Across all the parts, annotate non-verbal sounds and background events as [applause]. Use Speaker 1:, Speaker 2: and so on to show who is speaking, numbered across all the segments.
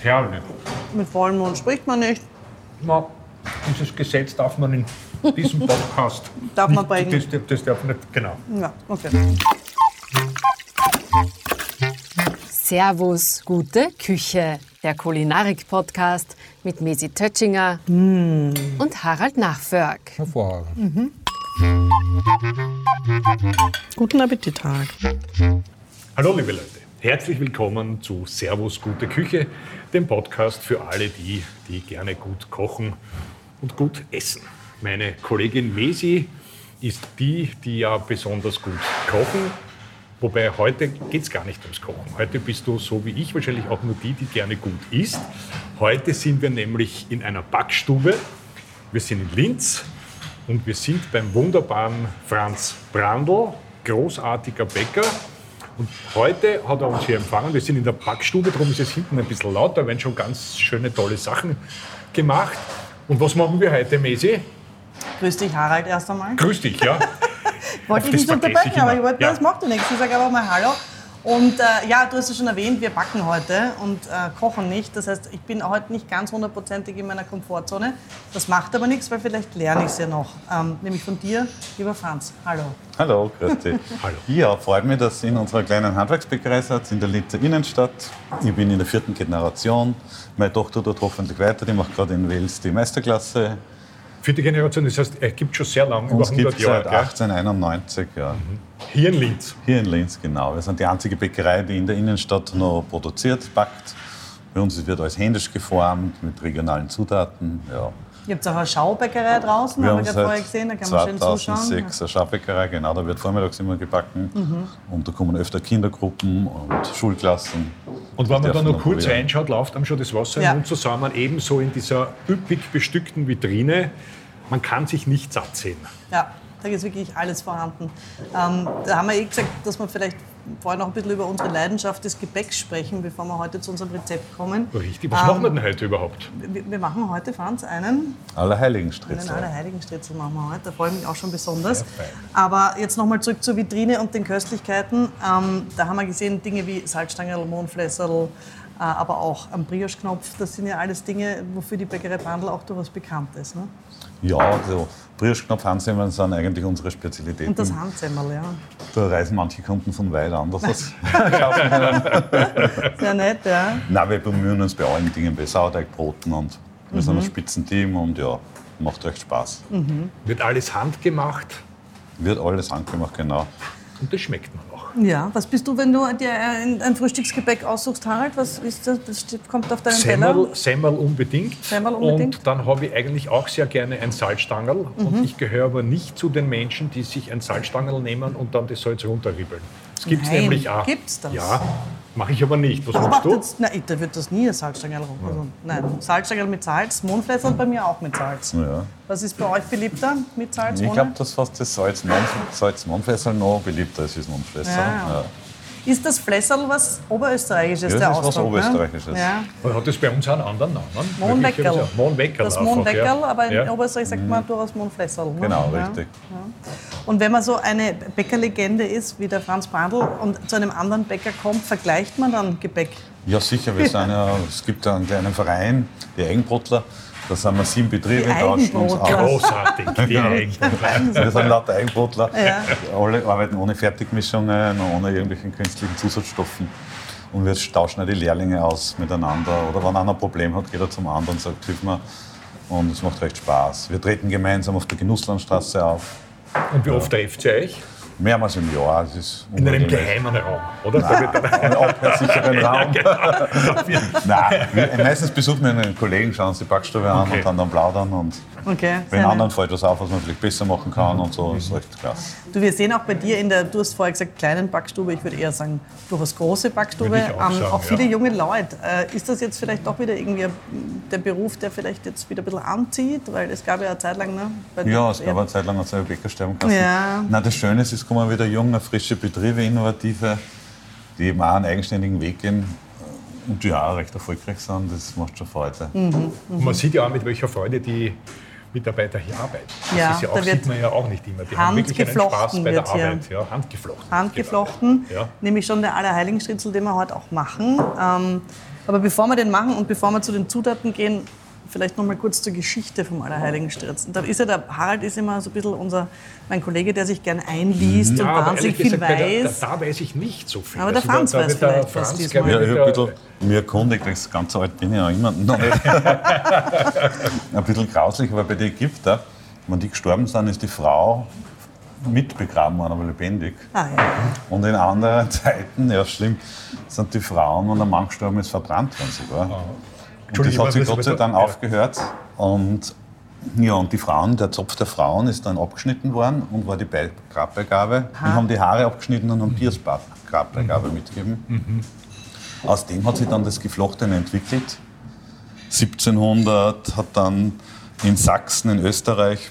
Speaker 1: Herrlich.
Speaker 2: Mit Vollmond spricht man nicht.
Speaker 1: Na, dieses Gesetz darf man in diesem Podcast.
Speaker 2: Darf man brechen.
Speaker 1: nicht, das, das darf nicht, genau.
Speaker 2: Ja, okay.
Speaker 3: Servus, gute Küche. Der Kulinarik-Podcast mit Mesi Tötschinger und Harald Nachförg.
Speaker 4: Hervorragend.
Speaker 2: Guten Appetit, Harald.
Speaker 1: Hallo, liebe Leute. Herzlich willkommen zu Servus Gute Küche, dem Podcast für alle die, die gerne gut kochen und gut essen. Meine Kollegin Mesi ist die, die ja besonders gut kochen. Wobei heute geht es gar nicht ums Kochen. Heute bist du so wie ich wahrscheinlich auch nur die, die gerne gut isst. Heute sind wir nämlich in einer Backstube. Wir sind in Linz und wir sind beim wunderbaren Franz Brandl, großartiger Bäcker. Und heute hat er uns hier empfangen. Wir sind in der Backstube, darum ist es hinten ein bisschen laut. Da werden schon ganz schöne, tolle Sachen gemacht. Und was machen wir heute, Mesi?
Speaker 2: Grüß dich, Harald, erst einmal.
Speaker 1: Grüß dich, ja?
Speaker 2: [laughs] Wollte ich
Speaker 1: das
Speaker 2: nicht
Speaker 1: vergesse
Speaker 2: unterbrechen,
Speaker 1: ich
Speaker 2: aber
Speaker 1: immer.
Speaker 2: ich wollte,
Speaker 1: Ja.
Speaker 2: das macht ja nichts. Ich sage einfach mal Hallo. Und äh, ja, du hast es schon erwähnt, wir backen heute und äh, kochen nicht. Das heißt, ich bin heute nicht ganz hundertprozentig in meiner Komfortzone. Das macht aber nichts, weil vielleicht lerne ich es ja noch. Ähm, nämlich von dir, lieber Franz. Hallo.
Speaker 5: Hallo, grüß dich.
Speaker 1: [laughs] Hallo.
Speaker 5: Ja, freut mich, dass Sie in unserer kleinen Handwerksbäckerei seid, in der Linzer Innenstadt. Ich bin in der vierten Generation. Meine Tochter tut hoffentlich weiter, die macht gerade in Wales die Meisterklasse.
Speaker 1: Vierte Generation, das heißt, er gibt schon sehr lange, über
Speaker 5: Uns gibt
Speaker 1: 100
Speaker 5: es seit
Speaker 1: Jahre. gell? Mhm.
Speaker 5: 1891, ja.
Speaker 1: Hier in Linz.
Speaker 5: Hier in Linz, genau. Wir sind die einzige Bäckerei, die in der Innenstadt noch produziert, backt. Bei uns wird alles händisch geformt mit regionalen Zutaten. Ja.
Speaker 2: Ihr habt auch eine Schaubäckerei draußen, haben wir gerade vorher gesehen, da kann man schön zuschauen.
Speaker 5: 2006 eine Schabbäckerei, genau, da wird vormittags immer gebacken.
Speaker 2: Mhm.
Speaker 5: Und da kommen öfter Kindergruppen und Schulklassen.
Speaker 1: Und wenn man da
Speaker 5: dürfen
Speaker 1: nur
Speaker 5: noch
Speaker 1: kurz
Speaker 5: probieren.
Speaker 1: reinschaut, läuft einem schon das Wasser
Speaker 2: Ja.
Speaker 1: im Mund zusammen, ebenso in dieser üppig bestückten Vitrine. Man kann sich nicht satt sehen.
Speaker 2: Ja, da ist wirklich alles vorhanden. Ähm, da haben wir eh gesagt, dass wir vielleicht vorher noch ein bisschen über unsere Leidenschaft des Gebäcks sprechen, bevor wir heute zu unserem Rezept kommen.
Speaker 1: Richtig, was
Speaker 2: Ähm,
Speaker 1: machen wir denn heute überhaupt?
Speaker 2: Wir, wir machen heute, Franz, einen, einen
Speaker 5: Allerheiligenstritzel.
Speaker 2: Allerheiligenstritzel machen wir heute. Da freue ich mich auch schon besonders.
Speaker 1: Sehr äh, fein.
Speaker 2: Aber jetzt nochmal zurück zur Vitrine und den Köstlichkeiten. Ähm, da haben wir gesehen Dinge wie Salzstangen, Mohnflässerl, äh, aber auch am Brioche-Knopf. Das sind ja alles Dinge, wofür die Bäckerei Brandl auch durchaus bekannt ist. Ne?
Speaker 5: Ja, also Brioche-Knopf, Hansemmeln sind eigentlich unsere Spezialitäten.
Speaker 2: Und
Speaker 1: Mhm.
Speaker 2: das Handsemmerl, ja.
Speaker 5: da reisen manche Kunden von weit anders aus. [laughs]
Speaker 2: Sehr nett, ja.
Speaker 5: Nein, wir bemühen uns bei allen Dingen, bei Sauerteigbroten und wir sind
Speaker 2: Mhm.
Speaker 5: ein Spitzenteam und ja, macht euch Spaß.
Speaker 1: Wird alles handgemacht
Speaker 5: Wird alles angemacht, genau.
Speaker 1: und das schmeckt man auch.
Speaker 2: Ja, was bist du, wenn du dir ein, ein Frühstücksgebäck aussuchst, Harald? Was ist das? Das steht- kommt auf deinen Teller?
Speaker 1: Semmel, Semmel unbedingt.
Speaker 2: Semmel unbedingt. Mhm.
Speaker 1: Und dann habe ich eigentlich auch sehr gerne ein Salzstangerl. Und ich gehöre aber nicht zu den Menschen, die sich ein Salzstangerl nehmen und dann das Salz runterribbeln. Das gibt es
Speaker 2: Nein,
Speaker 1: nämlich auch.
Speaker 2: gibt's das?
Speaker 1: Ja, mache ich aber nicht. Was
Speaker 2: Was
Speaker 1: machst
Speaker 2: macht
Speaker 1: du?
Speaker 2: jetzt? Nein, ich- da wird das nie ein Salzstangerl rum. Also, nein, Salzstangerl mit Salz, Mohnflässerl bei mir auch mit Salz.
Speaker 5: Ja.
Speaker 2: Was ist bei euch beliebter mit Salz?
Speaker 5: Ich
Speaker 2: ohne?
Speaker 5: glaube, dass fast das Salz- Salz-Mondfässer noch beliebter ist als Mondfässer.
Speaker 2: Ja.
Speaker 5: Ja.
Speaker 2: Ist das Flässerl was Oberösterreichisches,
Speaker 5: Ja, das
Speaker 2: der
Speaker 5: ist was
Speaker 2: Ausdruck?
Speaker 5: Oberösterreichisches.
Speaker 2: Ne? Ja.
Speaker 1: Oder hat das bei uns einen anderen Namen?
Speaker 2: Mohnweckerl.
Speaker 1: Mohnweckerl.
Speaker 2: Das
Speaker 1: einfach, ja.
Speaker 2: Mohnweckerl, aber in
Speaker 1: ja.
Speaker 2: Oberösterreich sagt man durchaus Mohnflässerl. Ne?
Speaker 5: Mhm. Genau,
Speaker 2: Ja.
Speaker 5: richtig.
Speaker 2: Und wenn man so eine Bäckerlegende ist, wie der Franz Brandl, und zu einem anderen Bäcker kommt, vergleicht man dann Gebäck.
Speaker 5: Ja, sicher. Wir sind ja, es gibt ja einen kleinen Verein, die Eigenbrotler. Da sind wir sieben Betriebe,
Speaker 2: Die
Speaker 5: tauschen uns
Speaker 2: Eigenbrotler.
Speaker 5: aus.
Speaker 1: Großartig, die
Speaker 2: [laughs]
Speaker 1: Eigenbrotler.
Speaker 5: Wir sind lauter Eigenbrotler.
Speaker 2: Ja.
Speaker 5: Alle arbeiten ohne Fertigmischungen, ohne irgendwelchen künstlichen Zusatzstoffen. Und wir tauschen auch die Lehrlinge aus miteinander. Oder wenn einer ein Problem hat, geht er zum anderen und sagt, hilf mir. Und es macht recht Spaß. Wir treten gemeinsam auf der Genusslandstraße auf.
Speaker 1: Und wie oft trefft ihr euch?
Speaker 5: Mehrmals im Jahr. Das ist
Speaker 1: In einem
Speaker 5: unregelmäßig.
Speaker 1: geheimen Raum, oder? Da wird dann
Speaker 5: Einen
Speaker 1: [laughs]
Speaker 5: abhörsicheren
Speaker 1: genau.
Speaker 5: Raum. Nein, wir, meistens besuchen wir einen Kollegen, schauen uns die Backstube an
Speaker 1: Okay.
Speaker 5: und dann, dann plaudern. Und
Speaker 2: Okay.
Speaker 5: Wenn
Speaker 2: sehr nett. Mhm.
Speaker 5: anderen fällt was auf, was man vielleicht besser machen kann und so, ist recht klasse.
Speaker 2: Du, wir sehen auch bei dir in der, du hast vorher gesagt, kleinen Backstube, ich würde eher sagen, durchaus große Backstube, Ähm,
Speaker 1: Würde ich auch sagen,
Speaker 2: auch viele
Speaker 1: ja.
Speaker 2: junge Leute. Äh, ist das jetzt vielleicht auch wieder irgendwie ein- der Beruf, der vielleicht jetzt wieder ein bisschen anzieht? Weil es gab ja eine Zeit lang, ne? bei dir-
Speaker 5: Ja, es gab eine Zeit lang, als wir Bäcker sterben lassen.
Speaker 2: Ja.
Speaker 5: Na, das Schöne ist, es kommen wieder junge, frische Betriebe, innovative, die eben auch einen eigenständigen Weg gehen und die auch recht erfolgreich sind. Das macht schon Freude.
Speaker 1: Und man sieht ja auch, mit welcher Freude die Mitarbeiter hier arbeiten. Das
Speaker 2: Ja,
Speaker 1: ist ja
Speaker 2: da
Speaker 1: auch,
Speaker 2: wird
Speaker 1: sieht man ja auch nicht immer. Die haben wirklich einen
Speaker 2: handgeflochten
Speaker 1: Spaß bei der
Speaker 2: wird hier.
Speaker 1: Arbeit. Ja, handgeflochten.
Speaker 2: handgeflochten,
Speaker 1: Ja.
Speaker 2: nämlich schon der Allerheiligenstritzel, den wir heute auch machen. Ähm, Aber bevor wir den machen und bevor wir zu den Zutaten gehen, vielleicht noch mal kurz zur Geschichte vom Allerheiligen stürzen. Da ist ja der Harald ist immer so ein bisschen unser, mein Kollege, der sich gern einliest und
Speaker 1: Mhm. aber
Speaker 2: wahnsinnig
Speaker 1: ehrlich
Speaker 2: viel
Speaker 1: gesagt, bei
Speaker 2: weiß.
Speaker 1: Der, da, da weiß ich nicht so viel. Also
Speaker 2: Aber der Franz
Speaker 1: da- da
Speaker 2: weiß
Speaker 1: wird der
Speaker 2: vielleicht was
Speaker 1: Franz,
Speaker 2: diesmal.
Speaker 1: glaub
Speaker 5: Ja,
Speaker 1: ich,
Speaker 5: ich habe
Speaker 1: der-
Speaker 5: ein bisschen mir erkundigt, das ganz alt bin ich ja immer noch [laughs] nicht. ein bisschen grauslich, aber bei den Ägyptern, wenn die gestorben sind, ist die Frau mitbegraben worden, aber lebendig.
Speaker 2: Ah, ja.
Speaker 5: Und in anderen [laughs] Zeiten, ja schlimm, sind die Frauen, wenn der Mann gestorben ist, verbrannt worden sogar. Und das
Speaker 1: Entschuldigung,
Speaker 5: hat sich
Speaker 1: ich weiß,
Speaker 5: Gott sei
Speaker 1: was-
Speaker 5: Dank
Speaker 1: ja.
Speaker 5: aufgehört. Und ja, und die Frauen, der Zopf der Frauen ist dann abgeschnitten worden und war die Be- Grabbeigabe. Die haben die Haare abgeschnitten und haben die als Ba- Grabbeigabe
Speaker 1: Mhm.
Speaker 5: mitgegeben. Aus dem hat sich dann das Geflochtene entwickelt. 1700 hat dann in Sachsen, in Österreich,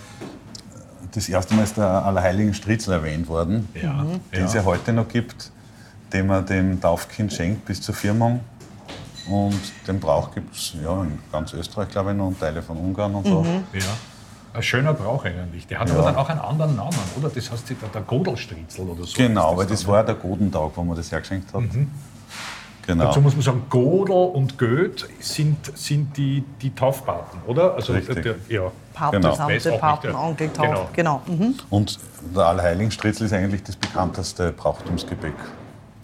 Speaker 5: das erste Mal ist der Allerheiligen Striezel erwähnt worden
Speaker 1: Ja,
Speaker 5: den es ja heute noch gibt, den man dem Taufkind schenkt bis zur Firmung. Und den Brauch gibt es ja, in ganz Österreich, glaube ich, noch und Teile von Ungarn und so.
Speaker 2: Mhm.
Speaker 1: ja. Ein schöner Brauch eigentlich. Der hat aber dann auch einen anderen Namen, oder? Das heißt der, der Godelstriezel oder so.
Speaker 5: Genau,
Speaker 1: ist
Speaker 5: weil
Speaker 1: dann,
Speaker 5: das
Speaker 1: ne?
Speaker 5: war ja der Godentag, wo man das hergeschenkt hat. Genau.
Speaker 1: Dazu muss man sagen, Godel und Goeth sind, sind die, die Taufpaten, oder? Also,
Speaker 5: Richtig.
Speaker 1: Der, ja.
Speaker 5: Genau.
Speaker 1: Weiß auch
Speaker 2: Patentante,
Speaker 1: nicht,
Speaker 2: Paten,
Speaker 1: ja.
Speaker 2: Onkel, Taufe. Genau. Mhm.
Speaker 5: Und der Allerheiligenstritzel ist eigentlich das bekannteste Brauchtumsgebäck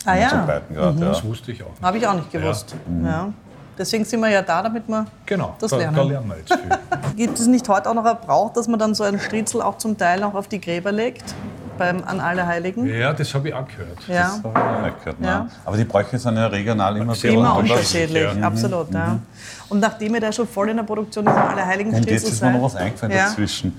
Speaker 2: Ah
Speaker 5: im
Speaker 2: ja,
Speaker 5: Breitengrad. Ja. Ah,
Speaker 1: Das wusste ich auch. nicht.
Speaker 2: habe ich auch nicht gewusst.
Speaker 5: Mhm.
Speaker 2: Ja. Deswegen sind wir ja da, damit wir
Speaker 1: Genau,
Speaker 2: das
Speaker 1: da, da
Speaker 2: lernen.
Speaker 1: lernen wir jetzt viel.
Speaker 2: Gibt es nicht heute auch noch einen Brauch, dass man dann so einen Striezel auch zum Teil auch auf die Gräber legt? Beim, an Allerheiligen?
Speaker 1: ja, das habe ich auch gehört.
Speaker 2: Ja.
Speaker 5: Das hab ich nicht gehört, nein.
Speaker 2: Ja.
Speaker 5: Aber die Bräuche sind ja regional immer
Speaker 1: Sehr
Speaker 2: Immer
Speaker 1: unterschiedlich,
Speaker 2: unterschiedlich,
Speaker 1: ja. Mhm,
Speaker 2: absolut. Ja. Und nachdem ihr da schon voll in der Produktion ist, am Allerheiligen
Speaker 5: Und
Speaker 2: Striezel
Speaker 5: jetzt ist mir noch
Speaker 2: seid-
Speaker 5: was eingefallen
Speaker 2: ja.
Speaker 5: dazwischen.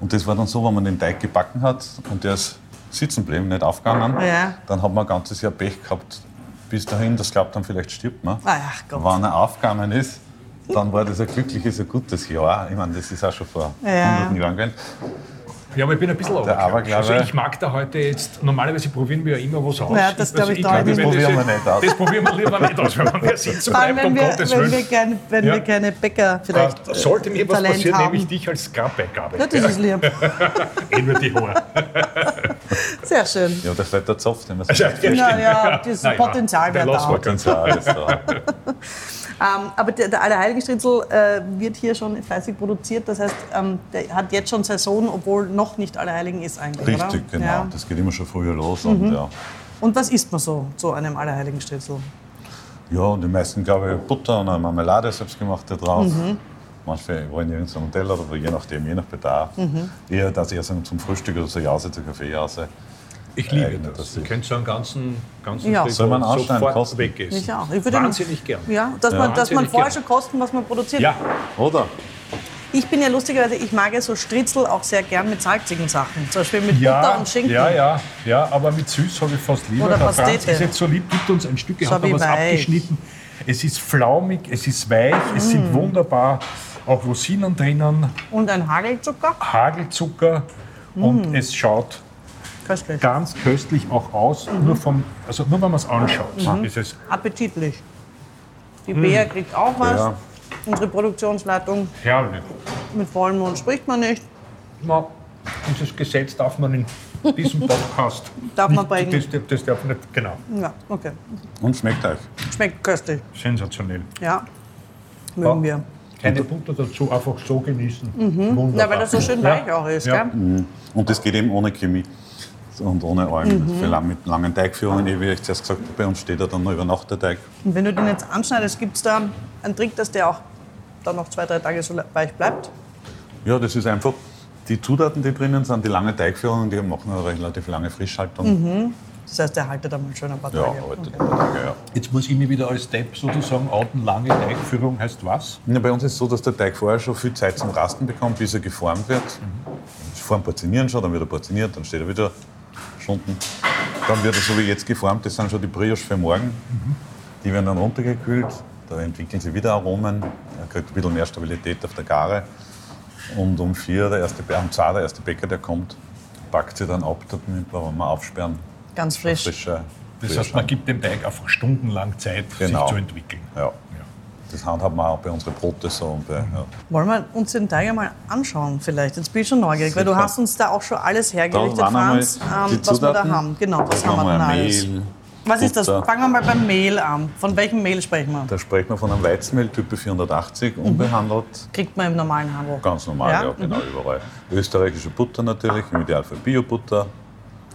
Speaker 5: Und das war dann so, wenn man den Teig gebacken hat und der ist sitzen geblieben, nicht aufgegangen,
Speaker 2: Ja.
Speaker 5: dann hat man ein ganzes Jahr Pech gehabt. Bis dahin, das glaubt dann vielleicht stirbt man.
Speaker 2: Ah, Ach Gott.
Speaker 5: Wenn er aufgegangen ist, dann war das ein glückliches, ein gutes Jahr. Ich meine, das ist auch schon vor
Speaker 2: Ja.
Speaker 5: hunderten Jahren gewesen.
Speaker 1: Ja, aber ich bin ein bisschen abergläubisch.
Speaker 5: Aberglaube.
Speaker 1: Also ich mag da heute jetzt, normalerweise probieren wir ja immer was aus.
Speaker 2: Ja, das glaub ich da
Speaker 1: glaube,
Speaker 5: nicht.
Speaker 1: wenn
Speaker 5: Das probieren
Speaker 1: jetzt-
Speaker 5: wir nicht aus.
Speaker 1: Das probieren wir lieber nicht aus, wenn man hier sitzen
Speaker 2: Vor allem,
Speaker 1: bleibt, um
Speaker 2: wenn, wir,
Speaker 1: Gottes
Speaker 2: wenn, wir,
Speaker 1: Willen.
Speaker 2: kein, wenn
Speaker 1: Ja.
Speaker 2: wir keine Bäcker vielleicht.
Speaker 1: Äh, Sollte mir was
Speaker 2: Talent
Speaker 1: passieren, nehme ich
Speaker 2: haben.
Speaker 1: dich als Grabbeigabe.
Speaker 2: Ja, das ist lieb.
Speaker 1: Eh nur die Haare.
Speaker 2: Sehr schön.
Speaker 5: Ja, das wird Also, der Zopf, den man
Speaker 1: Ja,
Speaker 5: sagt.
Speaker 1: stimmt. [laughs]
Speaker 2: Na ja, das
Speaker 1: Na ja,
Speaker 2: Potenzial
Speaker 1: der
Speaker 2: wäre da.
Speaker 1: Lasswort.
Speaker 5: Ganz klar, alles da.
Speaker 2: Ähm, aber der, der Allerheiligenstritzel äh, wird hier schon fleißig produziert. Das heißt, ähm, der hat jetzt schon Saison, obwohl noch nicht Allerheiligen ist eigentlich.
Speaker 5: Richtig,
Speaker 2: oder?
Speaker 5: genau.
Speaker 2: Ja. Mhm.
Speaker 5: Das geht immer schon früher los. Und, ja.
Speaker 2: Und was isst man so zu einem Allerheiligenstritzel?
Speaker 5: ja, und die meisten, glaube ich, Butter und eine Marmelade selbstgemachte drauf. Manche wollen irgendeinen Teller oder je nachdem, je nach Bedarf. Eher, dass ich sagen, zum Frühstück oder zur Jause, zur Kaffeejause.
Speaker 1: Ich liebe
Speaker 5: Eignet das
Speaker 1: das. Ihr
Speaker 5: sich.
Speaker 1: könnt so einen ganzen, ganzen
Speaker 2: Ja.
Speaker 1: Stück
Speaker 5: Soll man
Speaker 1: Brot
Speaker 5: ausschneiden,
Speaker 1: sofort
Speaker 5: kosten?
Speaker 1: wegessen.
Speaker 2: Ich auch. Ich würde-
Speaker 1: Wahnsinnig gern.
Speaker 2: Ja, dass man, dass man
Speaker 1: Wahnsinnig
Speaker 2: vorher
Speaker 1: gern.
Speaker 2: schon kosten, was man produziert.
Speaker 1: Ja,
Speaker 5: Oder?
Speaker 2: Ich bin ja lustigerweise, ich mag ja so Stritzel auch sehr gern mit salzigen Sachen. Zum Beispiel mit Butter
Speaker 1: Ja,
Speaker 2: und Schinken.
Speaker 1: ja, ja, ja, aber mit Süß habe ich fast lieber.
Speaker 2: Oder
Speaker 1: Der Franz
Speaker 2: Pastete.
Speaker 1: ist jetzt so lieb, gibt uns ein Stück, er
Speaker 2: So
Speaker 1: hat da
Speaker 2: wie
Speaker 1: was
Speaker 2: weich.
Speaker 1: abgeschnitten. Es ist flaumig, es ist weich, es sind
Speaker 2: Mm.
Speaker 1: wunderbar auch Rosinen drinnen,
Speaker 2: Und ein Hagelzucker.
Speaker 1: Hagelzucker und
Speaker 2: Mm.
Speaker 1: es schaut
Speaker 2: Köstlich.
Speaker 1: ganz köstlich auch aus,
Speaker 2: Mhm.
Speaker 1: nur, vom, also nur wenn man es anschaut. Ist es
Speaker 2: Appetitlich. Die
Speaker 1: Hm.
Speaker 2: Bea kriegt auch was.
Speaker 5: Ja.
Speaker 2: Unsere Produktionsleitung
Speaker 1: herrlich.
Speaker 2: mit vollem Mund spricht man nicht.
Speaker 1: Na, dieses Gesetz darf man in diesem Podcast
Speaker 2: [laughs] Darf man
Speaker 1: nicht,
Speaker 2: bringen.
Speaker 1: das, das, das darf nicht, genau,
Speaker 2: Ja, okay.
Speaker 5: Und schmeckt euch.
Speaker 2: Schmeckt köstlich.
Speaker 1: sensationell.
Speaker 2: Ja. Mögen wir.
Speaker 1: Keine Butter dazu, einfach so genießen.
Speaker 2: Mhm. Na,
Speaker 1: Wunderbar.
Speaker 2: weil das so schön
Speaker 1: Ja.
Speaker 2: weich auch ist,
Speaker 1: Ja.
Speaker 2: gell?
Speaker 5: Und das geht eben ohne Chemie und ohne allem. Für lang, mit langen Teigführungen, eh, wie ich zuerst gesagt habe, bei uns steht er dann noch über Nacht der Teig.
Speaker 2: Und wenn du den jetzt anschneidest, gibt es da einen Trick, dass der auch dann noch zwei, drei Tage so weich bleibt?
Speaker 5: Ja, das ist einfach, die Zutaten, die drinnen sind, die lange Teigführungen, die machen eine relativ lange Frischhaltung.
Speaker 2: Das heißt, der haltet einmal schön ein paar
Speaker 5: Ja,
Speaker 2: Tage.
Speaker 5: heute
Speaker 2: Okay.
Speaker 5: Tage, ja.
Speaker 1: Jetzt muss ich mich wieder als Depp sozusagen outen. Lange Teigführung heißt was?
Speaker 5: Ja, bei uns ist es so, dass der Teig vorher schon viel Zeit zum Rasten bekommt, bis er geformt wird. Vorm Portionieren schon, dann wird er portioniert, dann steht er wieder Stunden. Dann wird er so wie jetzt geformt, das sind schon die Brioche für morgen. Die werden dann runtergekühlt, da entwickeln sie wieder Aromen, er kriegt ein bisschen mehr Stabilität auf der Gare. Und um vier, der erste, Bä- um zwei, der erste Bäcker, der kommt, packt sie dann ab, damit wir wenn wir aufsperren.
Speaker 2: Ganz frisch.
Speaker 5: Frische,
Speaker 1: Das heißt, man gibt dem Teig einfach stundenlang Zeit,
Speaker 5: Genau.
Speaker 1: sich zu entwickeln.
Speaker 5: ja. Das handhaben wir auch bei unseren Brote so. Und bei, ja.
Speaker 2: Wollen wir uns den Teig einmal anschauen vielleicht? Jetzt bin ich schon neugierig, weil du
Speaker 5: Sicher.
Speaker 2: hast uns da auch schon alles hergerichtet,
Speaker 5: waren einmal
Speaker 2: Franz,
Speaker 5: die
Speaker 2: ähm, was wir da
Speaker 5: Zutaten.
Speaker 2: haben. Genau, was
Speaker 5: Da
Speaker 2: haben wir denn
Speaker 5: haben wir
Speaker 2: alles?
Speaker 5: Mehl,
Speaker 2: Was ist das?
Speaker 5: Butter.
Speaker 2: Fangen wir mal beim Mehl an. Von welchem Mehl sprechen wir?
Speaker 5: Da sprechen wir von einem Weizenmehl Type 480, unbehandelt,
Speaker 2: Kriegt man im normalen Handel.
Speaker 5: ganz normal,
Speaker 2: Mhm. Ja, mhm.
Speaker 5: ja, genau, überall. Österreichische Butter natürlich, im Idealfall Biobutter,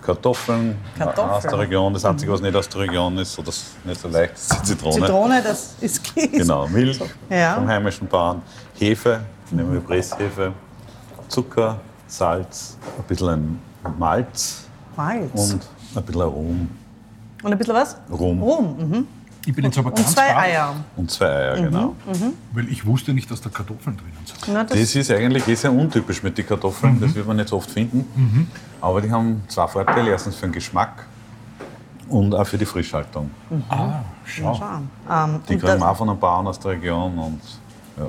Speaker 5: Kartoffeln,
Speaker 2: Kartoffeln.
Speaker 5: aus der Region. Das Einzige, was nicht aus der Region ist, oder s- nicht so leicht, ist die Zitrone.
Speaker 2: Zitrone, das ist Käse.
Speaker 5: Genau, Milch
Speaker 2: Ja.
Speaker 5: vom heimischen Bauern, Hefe, nehmen wir Presshefe, Zucker, Salz, ein bisschen ein Malz
Speaker 2: Malz. Und,
Speaker 5: und ein bisschen Rum.
Speaker 2: ein bisschen was?
Speaker 5: Rum.
Speaker 2: Rum. Mhm.
Speaker 1: Ich bin jetzt aber
Speaker 2: Und
Speaker 1: ganz
Speaker 2: zwei
Speaker 1: baff,
Speaker 2: Eier.
Speaker 5: Und zwei
Speaker 2: Mhm.
Speaker 5: Eier, genau.
Speaker 1: weil ich wusste nicht, dass da Kartoffeln drinnen sind.
Speaker 2: Na, das, Mhm.
Speaker 5: Das ist eigentlich eh sehr untypisch mit den Kartoffeln, das wird man nicht so oft finden. Aber die haben zwei Vorteile, erstens für den Geschmack und auch für die Frischhaltung.
Speaker 1: Ah, schau.
Speaker 2: Schau an. Ähm,
Speaker 5: Die
Speaker 2: und
Speaker 5: kriegen
Speaker 2: das,
Speaker 5: wir auch von einem Bauern aus der Region und ja.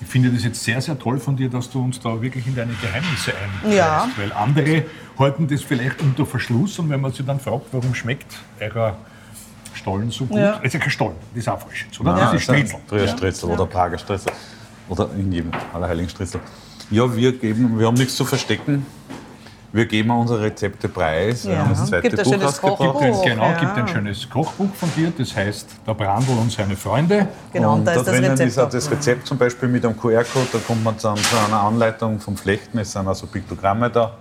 Speaker 1: Ich finde das jetzt sehr, sehr toll von dir, dass du uns da wirklich in deine Geheimnisse einweist.
Speaker 2: Ja.
Speaker 1: Weil andere halten das vielleicht unter Verschluss und wenn man sie dann fragt, warum schmeckt eurer Stollen so gut.
Speaker 2: Ja.
Speaker 1: Also kein Stollen, das ist auch falsch jetzt, oder?
Speaker 5: Nein,
Speaker 1: das ist
Speaker 5: also
Speaker 1: Schnitzel.
Speaker 5: Früher Stritzel oder Prager Stritzel oder in jedem Allerheiligen Stritzel. Ja, wir, geben, wir haben nichts zu verstecken. Wir geben auch unsere Rezepte preis. Wir
Speaker 2: Ja.
Speaker 5: haben das zweite
Speaker 2: Gibt ein
Speaker 5: Buch
Speaker 2: schönes
Speaker 5: rausgebracht.
Speaker 2: Kochbuch.
Speaker 1: Denn genau,
Speaker 2: Oh, ja.
Speaker 1: gibt ein schönes Kochbuch von dir, das heißt Der Brandl und seine Freunde.
Speaker 2: genau, und
Speaker 5: und
Speaker 2: da ist das
Speaker 5: drinnen
Speaker 2: Rezept.
Speaker 5: ist auch
Speaker 2: drauf.
Speaker 5: das Rezept zum Beispiel mit einem QR-Code, da kommt man dann zu einer Anleitung vom Flechten, es sind also Piktogramme da.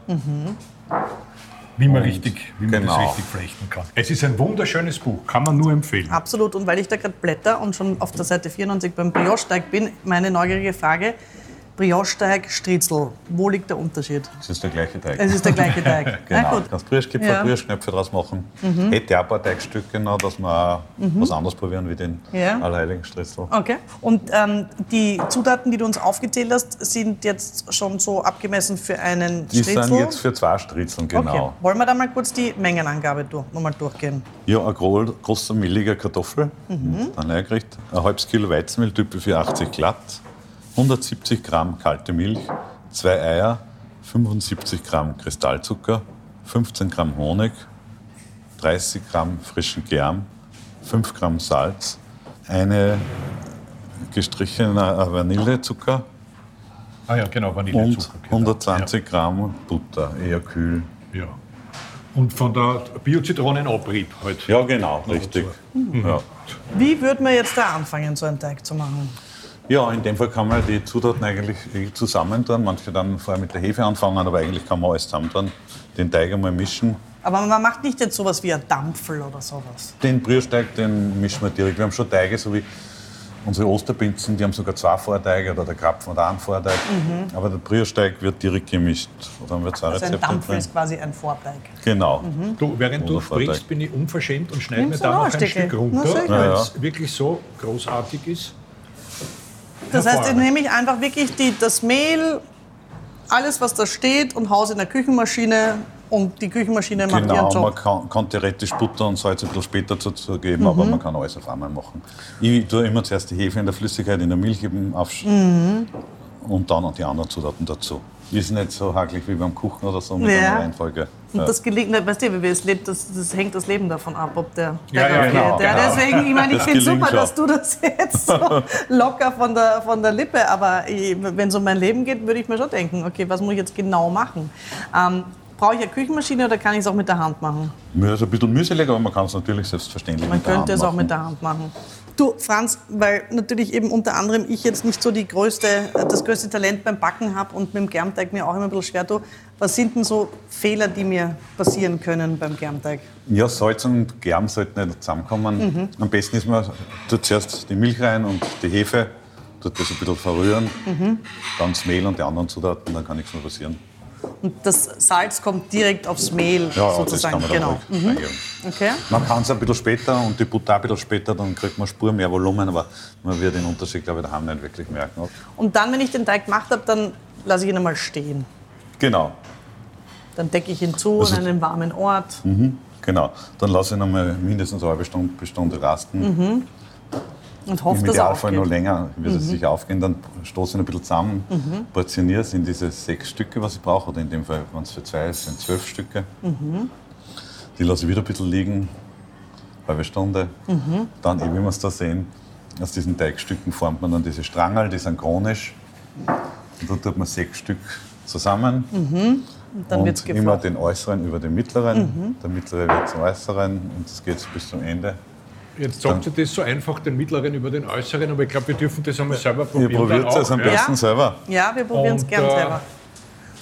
Speaker 1: Wie man, richtig, wie man das
Speaker 5: genau.
Speaker 1: richtig flechten kann. Es ist ein wunderschönes Buch, kann man nur empfehlen.
Speaker 2: Absolut. Und weil ich da gerade blätter und schon auf der Seite 94 beim Brioche-Teig bin, meine neugierige Frage: Brioche-Teig, Stritzel. Wo liegt der Unterschied?
Speaker 5: Das ist der gleiche Teig.
Speaker 2: Es ist der gleiche
Speaker 5: [laughs]
Speaker 2: Teig. Also, Na
Speaker 5: Genau,
Speaker 2: gut.
Speaker 5: du kannst Brüschkipfer,
Speaker 2: Ja. Mhm.
Speaker 5: Brüschknöpfe draus machen. Hätte auch ein paar Teigstücke noch, dass wir auch was anderes probieren wie den
Speaker 2: Ja. Oh,
Speaker 5: Allerheiligen Stritzel.
Speaker 2: Okay. Und ähm, die Zutaten, die du uns aufgezählt hast, sind jetzt schon so abgemessen für einen
Speaker 5: Die
Speaker 2: Stritzel?
Speaker 5: sind jetzt für zwei Stritzeln, genau.
Speaker 2: Okay. Wollen wir da mal kurz die Mengenangabe durch, nochmal durchgehen?
Speaker 5: Ja, ein gro- großer milliger Kartoffel,
Speaker 1: Mhm.
Speaker 5: dann eingerichtet. Ein halbes Kilo Weizenmehl, Type 480 glatt, 170 Gramm kalte Milch, zwei Eier, 75 Gramm Kristallzucker, 15 Gramm Honig, 30 Gramm frischen Germ, 5 Gramm Salz, eine gestrichene Vanillezucker
Speaker 1: Ah ja, genau,
Speaker 5: und
Speaker 1: Vanillezucker. genau.
Speaker 5: 120 Gramm Butter, eher kühl.
Speaker 1: Ja. ja. Und von der Biozitronenabrieb halt.
Speaker 5: Ja, genau, richtig. Ja.
Speaker 2: Wie würde man jetzt da anfangen, so einen Teig zu machen?
Speaker 5: Ja, in dem Fall kann man die Zutaten eigentlich eh zusammen tun. Manche dann vorher mit der Hefe anfangen, aber eigentlich kann man alles zusammen tun. Den Teig einmal mischen.
Speaker 2: Aber man macht nicht jetzt sowas wie ein Dampfel oder sowas.
Speaker 5: Den Brührsteig, den mischen wir direkt. Wir haben schon Teige, so wie unsere Osterpinzen, die haben sogar zwei Vorteige oder der Krapfen hat auch einen Vorteig. Aber der Brührsteig wird direkt gemischt. Da haben wir zwei
Speaker 2: Mhm. Also ein
Speaker 5: Rezepte
Speaker 2: Dampfel
Speaker 5: drin.
Speaker 2: ist Mhm. quasi ein Vorteig.
Speaker 5: Genau.
Speaker 1: Du, während du
Speaker 5: Oder Vorteil.
Speaker 1: sprichst, bin ich unverschämt und schneide
Speaker 2: Nimm
Speaker 1: mir
Speaker 2: so
Speaker 1: da
Speaker 2: noch
Speaker 1: noch
Speaker 2: ein
Speaker 1: ein
Speaker 2: Stückchen.
Speaker 1: Stück
Speaker 2: Na,
Speaker 1: runter,
Speaker 2: sicher.
Speaker 5: Ja,
Speaker 1: weil
Speaker 5: ja.
Speaker 1: es wirklich so großartig ist.
Speaker 2: Das heißt, ich
Speaker 1: Hervorragend.
Speaker 2: nehme ich einfach wirklich die, das Mehl, alles was da steht und haus in der Küchenmaschine und die Küchenmaschine macht ihren
Speaker 5: Genau, man
Speaker 2: Job.
Speaker 5: kann, kann theoretisch Butter und Salz ein bisschen später dazu geben, aber
Speaker 2: Mhm.
Speaker 5: man kann alles auf einmal machen. Ich tue immer zuerst die Hefe in der Flüssigkeit, in der Milch eben aufsch
Speaker 2: Mhm.
Speaker 5: und dann noch die anderen Zutaten dazu. Ist nicht so hakelig wie beim Kuchen oder so mit
Speaker 2: Ja.
Speaker 5: einer Reihenfolge. Ja.
Speaker 2: Und das gelingt, nicht, weißt du, wie es lebt, das, das hängt das Leben davon ab, ob der
Speaker 1: Ja,
Speaker 2: Teig
Speaker 1: ja,
Speaker 2: aufgeht.
Speaker 1: genau,
Speaker 2: ja,
Speaker 5: genau.
Speaker 2: Deswegen, ich meine, ich
Speaker 5: Das
Speaker 2: finde
Speaker 5: gelingt
Speaker 2: super,
Speaker 5: schon.
Speaker 2: dass du das jetzt
Speaker 5: [laughs]
Speaker 2: so locker von der, von der Lippe, aber ich- wenn es um mein Leben geht, würde ich mir schon denken, okay, was muss ich jetzt genau machen? Ähm, Brauche ich eine Küchenmaschine oder kann ich es auch mit der Hand machen?
Speaker 5: Mir ist ein bisschen mühselig, aber man kann es natürlich selbstverständlich
Speaker 2: Man
Speaker 5: mit der
Speaker 2: könnte es
Speaker 5: Hand
Speaker 2: auch
Speaker 5: machen.
Speaker 2: mit der Hand machen. Du, Franz, weil natürlich eben unter anderem ich jetzt nicht so die größte, das größte Talent beim Backen habe und mit dem Germteig mir auch immer ein bisschen schwer tue, was sind denn so Fehler, die mir passieren können beim Germteig?
Speaker 5: Ja, Salz und Germ sollten nicht zusammenkommen.
Speaker 2: Mhm.
Speaker 5: Am besten ist man, tut zuerst die Milch rein und die Hefe, tut das ein bisschen verrühren,
Speaker 2: Mhm.
Speaker 5: dann das Mehl und die anderen Zutaten, dann kann nichts mehr passieren.
Speaker 2: Und das Salz kommt direkt aufs Mehl
Speaker 5: Ja, ja, das
Speaker 2: sozusagen.
Speaker 5: kann man
Speaker 2: genau.
Speaker 5: dann ruhig reingeben.
Speaker 2: Okay.
Speaker 5: Man kann es ein bisschen später und die Butter ein bisschen später, dann kriegt man Spur mehr Volumen, aber man wird den Unterschied, glaube ich, daheim nicht wirklich merken.
Speaker 2: Und dann, wenn ich den Teig gemacht habe, dann lasse ich ihn einmal stehen.
Speaker 5: Genau,
Speaker 2: Dann decke ich ihn zu
Speaker 5: Also-
Speaker 2: an einen warmen Ort.
Speaker 5: mhm. genau. Dann lasse ich nochmal mindestens eine halbe Stunde, bis Stunde
Speaker 2: Mhm.
Speaker 5: rasten.
Speaker 2: Und hoffe,
Speaker 5: Im
Speaker 2: dass er aufgeht.
Speaker 5: Idealfall noch länger wird
Speaker 2: Mhm.
Speaker 5: es sicher aufgehen. Dann stoße ich ihn ein bisschen zusammen, portioniere es in diese sechs Stücke, was ich brauche. Oder in dem Fall, wenn es für zwei ist, sind zwölf Stücke.
Speaker 2: Mhm.
Speaker 5: Die lasse ich wieder ein bisschen liegen, halbe Stunde.
Speaker 2: Mhm.
Speaker 5: Dann, eh, wie wir es da sehen, aus diesen Teigstücken formt man dann diese Strangerl, die sind chronisch. Und da tut man sechs Stück zusammen.
Speaker 2: Mhm. Und dann wird's Mhm.
Speaker 5: und immer
Speaker 2: geflochten.
Speaker 5: den äußeren über den mittleren. Der mittlere wird zum äußeren und das geht bis zum Ende.
Speaker 1: Jetzt sagt ihr das so einfach, den mittleren über den äußeren, aber ich glaube, wir dürfen das einmal selber
Speaker 5: Ihr
Speaker 1: probieren.
Speaker 5: probiert
Speaker 1: dann
Speaker 5: es am
Speaker 1: ja.
Speaker 5: besten
Speaker 2: Ja.
Speaker 5: selber.
Speaker 2: Ja, wir probieren es
Speaker 1: Und,
Speaker 2: gern
Speaker 1: äh,
Speaker 2: selber.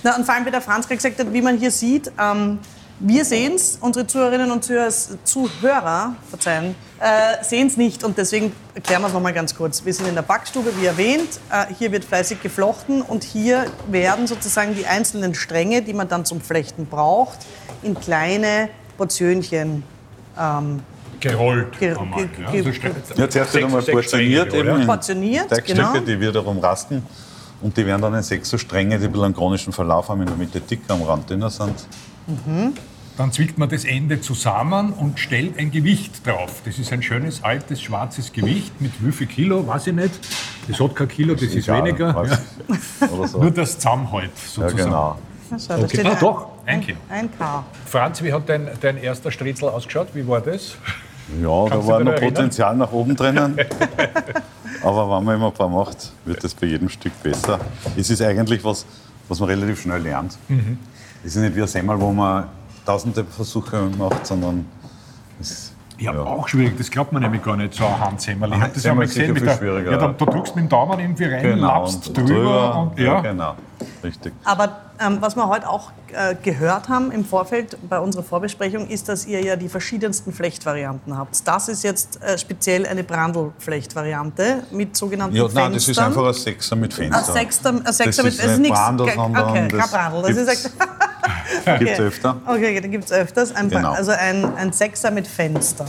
Speaker 2: Na, und vor allem, wie der Franz gerade gesagt hat, wie man hier sieht, ähm, wir sehen es, unsere Zuhörerinnen und Zuhörer, Zuhörer verzeihen, äh, sehen es nicht. Und deswegen erklären wir es nochmal ganz kurz. Wir sind in der Backstube, wie erwähnt. Äh, hier wird fleißig geflochten und hier werden sozusagen die einzelnen Stränge, die man dann zum Flechten braucht, in kleine Portionchen ähm,
Speaker 1: Gerollt.
Speaker 2: Ge-
Speaker 1: einmal,
Speaker 2: ge-
Speaker 1: ja.
Speaker 2: ge-
Speaker 1: Also steht-
Speaker 5: Ja, zuerst wird
Speaker 1: sechs-
Speaker 5: einmal
Speaker 1: sechs
Speaker 5: portioniert
Speaker 1: Stränge,
Speaker 5: eben in
Speaker 2: Portioniert,
Speaker 5: Teigstücke,
Speaker 2: genau.
Speaker 5: die wiederum rasten. Und die werden dann in sechs so Stränge, die ein bisschen einen chronischen Verlauf haben, in der Mitte dicker, am Rand dünner sind.
Speaker 1: Dann zwickt man das Ende zusammen und stellt ein Gewicht drauf. Das ist ein schönes, altes, schwarzes Gewicht mit wie viel Kilo, weiß ich nicht. Das hat kein Kilo, das ist
Speaker 5: Egal,
Speaker 1: weniger. Ja.
Speaker 5: weiß ich. Oder so.
Speaker 1: Nur das zusammenhält
Speaker 5: Ja,
Speaker 1: sozusagen.
Speaker 5: genau.
Speaker 2: Na, schau,
Speaker 1: Okay. Ah, doch, ein Kilo.
Speaker 2: ein K.
Speaker 1: Franz, wie hat dein, dein erster Stritzel ausgeschaut? Wie war das?
Speaker 5: Ja,
Speaker 1: Kannst
Speaker 5: da
Speaker 1: du
Speaker 5: war
Speaker 1: dich
Speaker 5: noch
Speaker 1: erinnern?
Speaker 5: Potenzial nach
Speaker 1: [laughs]
Speaker 5: oben drinnen. Aber wenn man immer ein paar macht, wird das bei jedem Stück besser. Es ist eigentlich was, was man relativ schnell lernt.
Speaker 1: Mhm.
Speaker 5: Es ist nicht wie ein Semmel, wo man tausende Versuche macht, sondern es,
Speaker 1: Ja, auch schwierig. Das glaubt man nämlich gar nicht, so ein Handsemmerl. Ich
Speaker 5: Ah,
Speaker 1: habe das einmal
Speaker 5: Handsemmerl
Speaker 1: gesehen.
Speaker 5: ist
Speaker 1: Mit
Speaker 5: sicher
Speaker 1: der,
Speaker 5: viel schwieriger,
Speaker 1: ja, da,
Speaker 5: ja.
Speaker 1: da drückst du mit dem Daumen irgendwie rein, lappst
Speaker 5: und
Speaker 1: drüber. und, ja.
Speaker 5: genau ja, genau. Richtig.
Speaker 2: Aber ähm, was wir heute auch äh, gehört haben im Vorfeld bei unserer Vorbesprechung, ist, dass ihr ja die verschiedensten Flechtvarianten habt. Das ist jetzt äh, speziell eine Brandl-Flechtvariante mit sogenannten
Speaker 5: Ja,
Speaker 2: Fenstern.
Speaker 5: nein, das ist einfach ein Sechser mit Fenster.
Speaker 2: ein Sechster, ein Sechster
Speaker 5: das
Speaker 2: mit,
Speaker 5: ist
Speaker 2: das ist
Speaker 5: nicht
Speaker 2: nichts,
Speaker 5: Brandl,
Speaker 2: kein-
Speaker 5: sondern
Speaker 2: okay,
Speaker 5: das
Speaker 2: kein Brandl, das ist
Speaker 5: gibt's- [laughs]
Speaker 2: echt-
Speaker 5: Gibt es öfter.
Speaker 2: Okay, dann gibt es öfters ein, Bra-
Speaker 5: Genau.
Speaker 2: also ein, ein Sechser mit Fenster.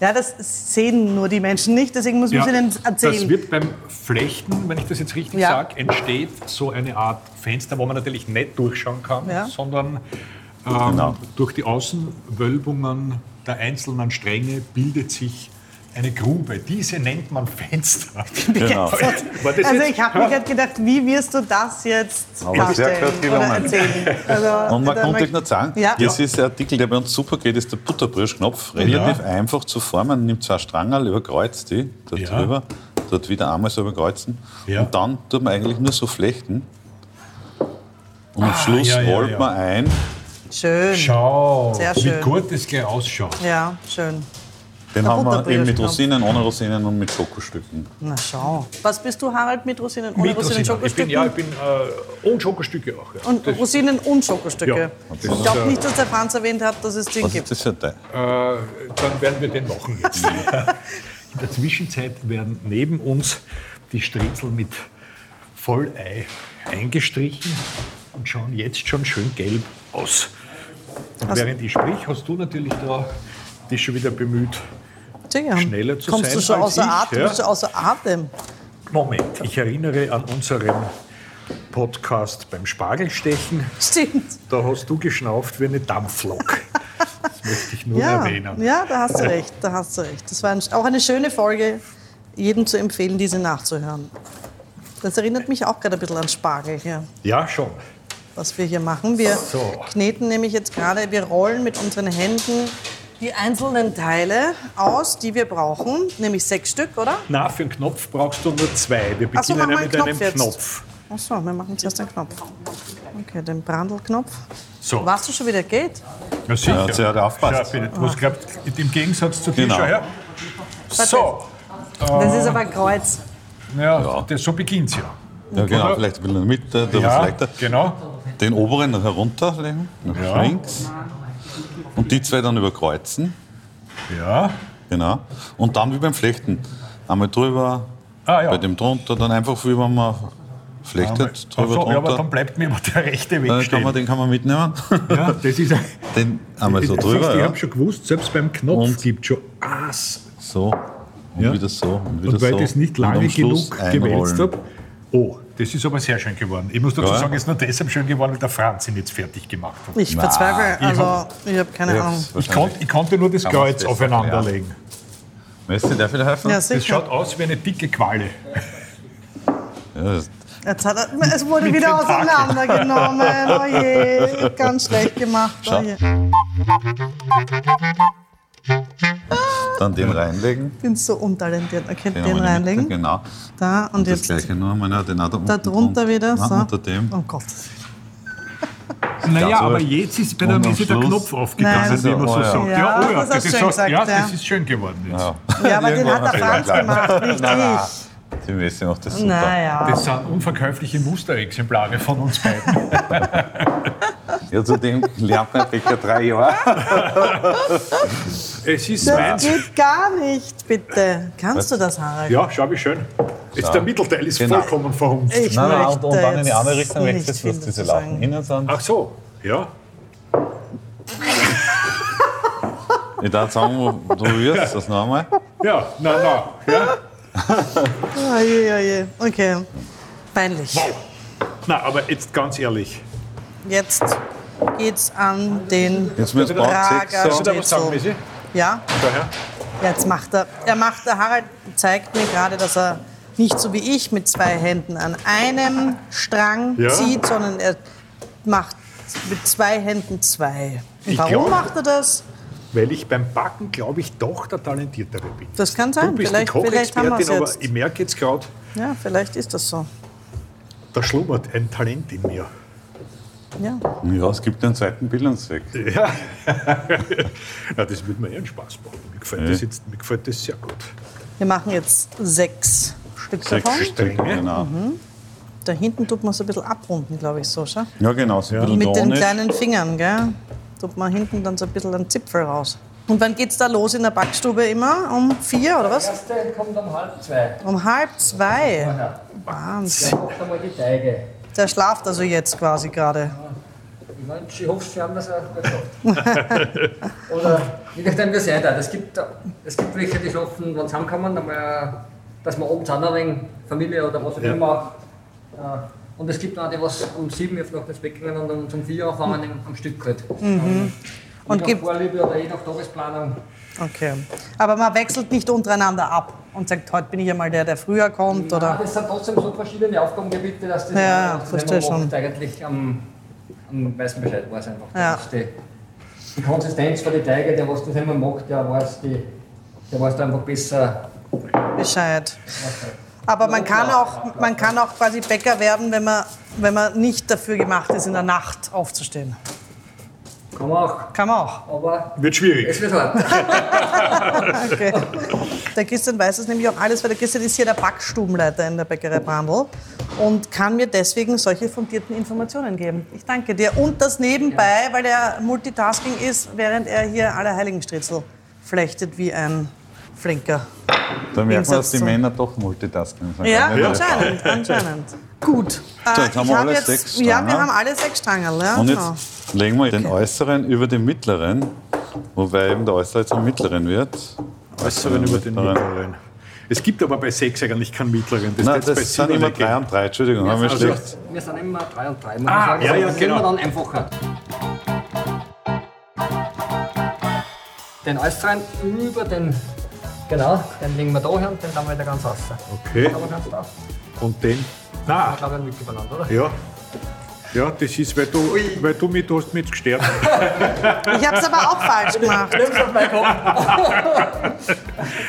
Speaker 2: Ja, das sehen nur die Menschen nicht, deswegen müssen wir es ihnen
Speaker 1: Das
Speaker 2: erzählen.
Speaker 1: wird beim Flechten, wenn ich das jetzt richtig
Speaker 2: Ja.
Speaker 1: sage, entsteht so eine Art Fenster, wo man natürlich nicht durchschauen kann,
Speaker 2: Ja.
Speaker 1: sondern ähm,
Speaker 5: Genau.
Speaker 1: durch die Außenwölbungen der einzelnen Stränge bildet sich eine Grube. Diese nennt man
Speaker 2: [laughs]
Speaker 1: Fenster.
Speaker 5: Genau.
Speaker 1: War das
Speaker 2: Also
Speaker 1: jetzt-
Speaker 2: ich habe mir gerade gedacht, wie wirst du das jetzt
Speaker 5: Aber sehr
Speaker 2: darstellen
Speaker 5: kreativ
Speaker 2: oder
Speaker 5: gemacht.
Speaker 2: erzählen? Also,
Speaker 5: Und man
Speaker 2: da
Speaker 5: konnte
Speaker 2: möcht-
Speaker 5: euch noch sagen,
Speaker 2: Ja.
Speaker 5: das ist ein Artikel, der bei uns super geht, ist der Butterbrüschknopf. Relativ einfach zu formen. Nimmt zwei Strangerl, überkreuzt die dort
Speaker 1: Ja.
Speaker 5: drüber, dort wieder einmal so überkreuzen.
Speaker 1: Ja.
Speaker 5: Und dann tut man eigentlich nur so flechten. Und am Schluss
Speaker 1: Ah, ja, ja,
Speaker 5: rollt
Speaker 1: ja.
Speaker 5: man ein
Speaker 2: Schön.
Speaker 1: Schau,
Speaker 2: Sehr
Speaker 1: wie
Speaker 2: schön.
Speaker 1: gut das gleich ausschaut.
Speaker 2: Ja, schön. Der
Speaker 5: Den haben wir eben mit
Speaker 2: Butterbrüschknopf.
Speaker 5: Rosinen, ohne Rosinen und mit Schokostücken.
Speaker 2: Na schau. Was bist du, Harald, mit Rosinen ohne
Speaker 1: Mit
Speaker 2: Rosinen,
Speaker 1: Rosinen. Ich bin,
Speaker 2: Schokostücken?
Speaker 1: ja, ich bin äh, und Schokostücke auch. Ja.
Speaker 2: und Rosinen und Schokostücke.
Speaker 1: Ja.
Speaker 2: ich glaube nicht, dass der Franz erwähnt hat, dass es den
Speaker 5: Was ist
Speaker 2: gibt.
Speaker 5: das für ein Teil?
Speaker 1: Äh, dann werden wir den machen jetzt. [laughs] In der Zwischenzeit werden neben uns die Stritzel mit Vollei eingestrichen und schauen jetzt schon schön gelb aus. Und
Speaker 2: Also-
Speaker 1: während ich sprich, hast du natürlich da dich schon wieder bemüht.
Speaker 2: Tja.
Speaker 1: schneller zu
Speaker 2: Kommst
Speaker 1: sein
Speaker 2: du schon
Speaker 1: als
Speaker 2: außer
Speaker 1: ich,
Speaker 2: Atem?
Speaker 1: ja?
Speaker 2: Bist du außer Atem? [laughs]
Speaker 1: Moment, ich erinnere an unseren Podcast beim Spargelstechen.
Speaker 2: Stimmt.
Speaker 1: Da hast du geschnauft wie eine
Speaker 2: [laughs]
Speaker 1: Dampflok. Das möchte ich nur
Speaker 2: Ja.
Speaker 1: erwähnen.
Speaker 2: ja, da hast du recht. Da hast du recht. Das war ein, auch eine schöne Folge, jedem zu empfehlen, diese nachzuhören. Das erinnert mich auch gerade ein bisschen an Spargel hier,
Speaker 1: Ja, schon.
Speaker 2: was wir hier machen. Wir
Speaker 1: So.
Speaker 2: kneten nämlich jetzt gerade, wir rollen mit unseren Händen die einzelnen Teile aus, die wir brauchen, nämlich sechs Stück, oder?
Speaker 1: Na, für einen Knopf brauchst du nur zwei. Wir
Speaker 2: Ach so,
Speaker 1: beginnen
Speaker 2: machen wir
Speaker 1: mit
Speaker 2: einen
Speaker 1: einem
Speaker 2: Knopf jetzt.
Speaker 1: Knopf.
Speaker 2: Ach so, wir machen zuerst den Knopf. Okay, den Brandelknopf.
Speaker 1: So.
Speaker 2: Weißt du schon, wie der geht?
Speaker 1: Ja, sicher.
Speaker 5: Ja, sie hat aufgepasst.
Speaker 1: Schau, bitte, was glaubt, im Gegensatz zu dir,
Speaker 5: Genau.
Speaker 1: schau her. So,
Speaker 2: Das ist aber Kreuz.
Speaker 1: ja, Das, so beginnt es ja.
Speaker 5: Ja, genau,
Speaker 1: Oder?
Speaker 5: vielleicht ein bisschen in der Mitte, da was
Speaker 1: Ja,
Speaker 5: leichter.
Speaker 1: genau.
Speaker 5: Den oberen nach herunterlegen, nach
Speaker 1: Ja.
Speaker 5: links. Und die zwei dann überkreuzen.
Speaker 1: Ja.
Speaker 5: Genau. Und dann wie beim Flechten. Einmal drüber,
Speaker 1: Ah, ja.
Speaker 5: bei dem drunter, dann einfach wie wenn
Speaker 1: Einmal-
Speaker 5: man flechtet,
Speaker 1: Ach so,
Speaker 5: drüber,
Speaker 1: ja, aber dann
Speaker 5: drunter.
Speaker 1: bleibt mir immer der rechte Weg
Speaker 5: Dann kann man,
Speaker 1: stehen.
Speaker 5: den kann
Speaker 1: [laughs]
Speaker 5: man mitnehmen.
Speaker 1: Ja, das ist ein,
Speaker 5: Den einmal genau. so
Speaker 1: Siehst du,
Speaker 5: drüber,
Speaker 1: Ich
Speaker 5: ja.
Speaker 1: habe schon gewusst, selbst beim Knopf
Speaker 5: Und-
Speaker 1: gibt es schon Ass.
Speaker 5: So. Und
Speaker 1: Ja.
Speaker 5: wieder so. Und, wieder
Speaker 1: Und weil
Speaker 5: so.
Speaker 1: ich das nicht
Speaker 5: Und am
Speaker 1: lange
Speaker 5: Schluss
Speaker 1: genug gewälzt
Speaker 5: einrollen.
Speaker 1: habe. Oh, das ist aber sehr schön geworden. Ich muss dazu
Speaker 5: Ja.
Speaker 1: sagen, es ist nur deshalb schön geworden, weil der Franz ihn jetzt fertig gemacht hat.
Speaker 2: Ich
Speaker 5: Na,
Speaker 2: verzweifle,
Speaker 1: ich
Speaker 2: also
Speaker 1: hab-
Speaker 2: ich habe keine
Speaker 5: Ja,
Speaker 2: Ahnung.
Speaker 1: Ich,
Speaker 5: wahrscheinlich.
Speaker 1: konnt, ich konnte nur das
Speaker 5: Kann man's
Speaker 1: Kreuz
Speaker 5: besser
Speaker 1: aufeinanderlegen.
Speaker 5: Weißt du, darf ich dir helfen?
Speaker 2: Ja,
Speaker 1: Das
Speaker 2: sicher.
Speaker 1: schaut aus wie eine dicke Qualle.
Speaker 5: Ja, das-
Speaker 2: Jetzt hat er, es wurde
Speaker 1: Mit
Speaker 2: wieder
Speaker 1: Tentakeln.
Speaker 2: auseinandergenommen. Oh je,
Speaker 1: [laughs]
Speaker 2: ganz schlecht gemacht. Oh
Speaker 5: Schau.
Speaker 2: je.
Speaker 5: Dann den reinlegen.
Speaker 2: Ich bin so untalentiert. Okay,
Speaker 5: Den,
Speaker 2: den
Speaker 5: einmal in die Mitte,
Speaker 2: reinlegen.
Speaker 5: Genau.
Speaker 2: Da und
Speaker 5: Das
Speaker 2: jetzt
Speaker 5: gleiche nur einmal, ne, den auch da unten
Speaker 2: da drunter
Speaker 5: drunter.
Speaker 2: wieder.
Speaker 5: Nein,
Speaker 2: So.
Speaker 5: unter dem.
Speaker 2: Oh Gott.
Speaker 1: Naja,
Speaker 5: Dazu-
Speaker 1: aber jetzt ist bei der
Speaker 5: Und am
Speaker 1: Messe der
Speaker 5: Schluss-
Speaker 1: Knopf aufgegangen,
Speaker 5: Nein.
Speaker 1: wie man so
Speaker 5: Ja,
Speaker 1: sagt.
Speaker 2: ja.
Speaker 1: Ja,
Speaker 2: Ja,
Speaker 1: oh ja,
Speaker 2: das hast
Speaker 1: das
Speaker 2: du
Speaker 1: ist
Speaker 2: schön
Speaker 1: gesagt, ja,
Speaker 2: gesagt, ja.
Speaker 1: das ist schön geworden jetzt.
Speaker 2: Ja, aber den hat der Franz gemacht, nicht
Speaker 5: Nein, nein.
Speaker 2: ich.
Speaker 5: Die Messe macht das super.
Speaker 2: Naja.
Speaker 1: Das sind unverkäufliche Musterexemplare von uns beiden.
Speaker 5: Ja, zudem lernt man circa drei Jahre.
Speaker 1: Es ist
Speaker 2: Das
Speaker 1: meins.
Speaker 2: geht gar nicht, bitte. Kannst du das, Harald?
Speaker 1: Ja, schau wie schön. Jetzt
Speaker 5: So.
Speaker 1: der Mittelteil ist
Speaker 5: Genau.
Speaker 1: vollkommen verhunzt.
Speaker 2: Ich
Speaker 5: Nein, nein, und,
Speaker 2: möchte
Speaker 5: und dann in die andere
Speaker 2: jetzt
Speaker 5: Richtung weg,
Speaker 2: nicht
Speaker 5: das
Speaker 2: viel
Speaker 5: was diese
Speaker 2: dazu sagen.
Speaker 5: Laufen innen sind.
Speaker 1: Ach so, ja.
Speaker 5: Ich darf sagen, wo du wirst, das nochmal.
Speaker 1: Ja, na, na. Ja.
Speaker 2: Oh, je, je, je. Okay. Peinlich.
Speaker 1: Na, aber jetzt ganz ehrlich.
Speaker 2: Jetzt geht's an den
Speaker 5: Jetzt müssen wir
Speaker 2: Prager
Speaker 5: Bauzeug sagen.
Speaker 1: Kannst du da was sagen, Messi?
Speaker 2: Ja,
Speaker 1: Daher?
Speaker 2: jetzt macht er. Er macht, der Harald zeigt mir gerade, dass er nicht so wie ich mit zwei Händen an einem Strang
Speaker 1: Ja.
Speaker 2: zieht, sondern er macht mit zwei Händen zwei.
Speaker 1: Ich
Speaker 2: Warum
Speaker 1: glaub-
Speaker 2: macht er das?
Speaker 1: Weil ich beim Backen, glaube ich, doch der Talentiertere bin.
Speaker 2: Das kann
Speaker 1: Du
Speaker 2: sein.
Speaker 1: bist
Speaker 2: Vielleicht,
Speaker 1: die
Speaker 2: vielleicht haben wir es
Speaker 1: Kochexpertin, aber
Speaker 2: jetzt.
Speaker 1: ich merke jetzt gerade,
Speaker 2: Ja, vielleicht ist das so.
Speaker 1: da schlummert ein Talent in mir.
Speaker 2: Ja.
Speaker 5: Ja, es gibt einen zweiten Bildungsweg.
Speaker 1: [laughs] Ja. Na, das wird mir eh einen Spaß machen. Mir gefällt, das, jetzt, mir gefällt das sehr gut.
Speaker 2: Wir machen jetzt sechs Stück davon.
Speaker 5: Sechs Stück,
Speaker 1: Strenge.
Speaker 5: genau.
Speaker 2: Da hinten tut man es ein bisschen abrunden, glaube ich, so. Schau.
Speaker 5: Ja, genau, so ein bisschen
Speaker 2: Mit den
Speaker 5: Donis.
Speaker 2: kleinen Fingern, gell? Tut man hinten dann so ein bisschen einen Zipfel raus. Und wann geht's da los in der Backstube immer? Um vier oder was?
Speaker 4: erste kommt um halb zwei.
Speaker 2: Um halb zwei. Wahnsinn.
Speaker 4: Macht einmal die Teige.
Speaker 2: Der schlaft also jetzt quasi gerade.
Speaker 4: Ich meine, ich hoffe, wir haben das auch gut gemacht.
Speaker 2: [laughs]
Speaker 4: Oder je nachdem, wie es sein darf. Es gibt, es gibt welche, die schlafen, wenn sie heimkommen, einmal, dass man oben zusammen wegen Familie oder was auch
Speaker 1: Ja.
Speaker 4: immer. Ja. Und es gibt auch die, was um sieben jetzt noch nicht weggehen und um zum vier anfangen im- am Stück halt. Mhm.
Speaker 2: Und
Speaker 4: je nach
Speaker 2: gibt-
Speaker 4: Vorliebe oder je nach Tagesplanung.
Speaker 2: Okay. Aber man wechselt nicht untereinander ab und sagt, heute bin ich einmal der, der früher kommt.
Speaker 4: Ja,
Speaker 2: Oder?
Speaker 4: das sind trotzdem so verschiedene Aufgabengebiete, dass das
Speaker 2: Ja,
Speaker 4: dass das
Speaker 2: verstehe
Speaker 4: nicht mehr
Speaker 2: schon.
Speaker 4: macht, eigentlich am, am weißen Bescheid weiß einfach.
Speaker 2: Ja.
Speaker 4: Das ist die, die Konsistenz von den Teige, der was das immer macht, der weiß, die, der weiß da einfach besser.
Speaker 2: Bescheid. Aber man kann auch, man kann auch quasi Bäcker werden, wenn man, wenn man nicht dafür gemacht ist, in der Nacht aufzustehen.
Speaker 4: Kann man auch,
Speaker 2: Kann man auch.
Speaker 4: aber
Speaker 1: Wird schwierig.
Speaker 4: es wird hart.
Speaker 2: Okay. [laughs] Der Christian weiß das nämlich auch alles, weil der Christian ist hier der Backstubenleiter in der Bäckerei Brandl und kann mir deswegen solche fundierten Informationen geben. Ich danke dir. Und das nebenbei, weil er Multitasking ist, während er hier alle Heiligenstritzel flechtet wie ein Flinker.
Speaker 5: Da merkt man, dass
Speaker 2: Gegensatz
Speaker 5: die
Speaker 2: zum-
Speaker 5: Männer doch multitasken sind.
Speaker 2: Ja,
Speaker 5: Nicht nur die Frauen.
Speaker 2: anscheinend, anscheinend. Gut.
Speaker 5: So, jetzt haben wir
Speaker 2: ich hab
Speaker 5: alle
Speaker 2: jetzt,
Speaker 5: sechs
Speaker 2: Ja, wir
Speaker 5: Stangen.
Speaker 2: haben alle sechs Strangerl. Ja,
Speaker 5: Und
Speaker 2: genau.
Speaker 5: jetzt legen wir den äußeren über den mittleren, wobei eben der äußere zum mittleren wird.
Speaker 1: Äußeren über den mittleren. Es gibt aber bei sechs eigentlich keinen mittleren. Das
Speaker 5: Nein,
Speaker 1: ist jetzt
Speaker 5: das
Speaker 1: bei
Speaker 5: sind immer
Speaker 1: gegeben.
Speaker 5: drei und drei, Entschuldigung, haben wir
Speaker 1: also-
Speaker 5: schlecht.
Speaker 4: Wir sind immer drei und drei. muss ich
Speaker 1: Ah,
Speaker 4: sagen. Also,
Speaker 1: ja, ja,
Speaker 4: das ist
Speaker 1: genau.
Speaker 4: immer dann einfacher. Den äußeren über den, genau, den legen wir da hin und den dann wieder ganz raus.
Speaker 1: Okay.
Speaker 4: Aber ganz drauf.
Speaker 1: Und den? Na,
Speaker 4: Ich glaube, ein Weg übereinander, oder?
Speaker 1: ja. Ja, das ist, weil du, weil du mit, du hast mich jetzt gestört.
Speaker 2: Ich habe es aber auch falsch gemacht.
Speaker 4: [laughs]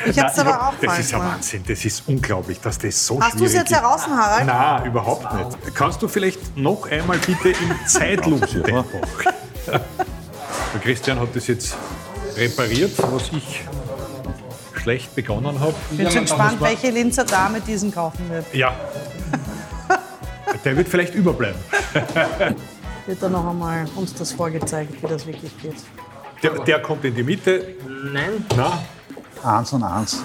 Speaker 2: Ich habe es aber auch
Speaker 1: Das
Speaker 2: falsch
Speaker 1: ist ja
Speaker 2: gemacht.
Speaker 1: Wahnsinn, das ist unglaublich, dass das so
Speaker 2: Hast du
Speaker 1: schwierig
Speaker 2: es jetzt
Speaker 1: ist.
Speaker 2: heraus, Harald?
Speaker 1: Nein, überhaupt nicht. Kannst du vielleicht noch einmal bitte [laughs] im Zeitlupentempo? Der Christian hat das jetzt repariert, was ich schlecht begonnen habe.
Speaker 2: Ich bin schon gespannt, welche Linzer Dame diesen kaufen wird.
Speaker 1: Ja. Der wird vielleicht überbleiben.
Speaker 2: Wird dann noch einmal uns das vorgezeigt, wie das wirklich geht.
Speaker 1: Der, der kommt in die Mitte.
Speaker 4: Nein,
Speaker 1: Na,
Speaker 5: Eins und eins.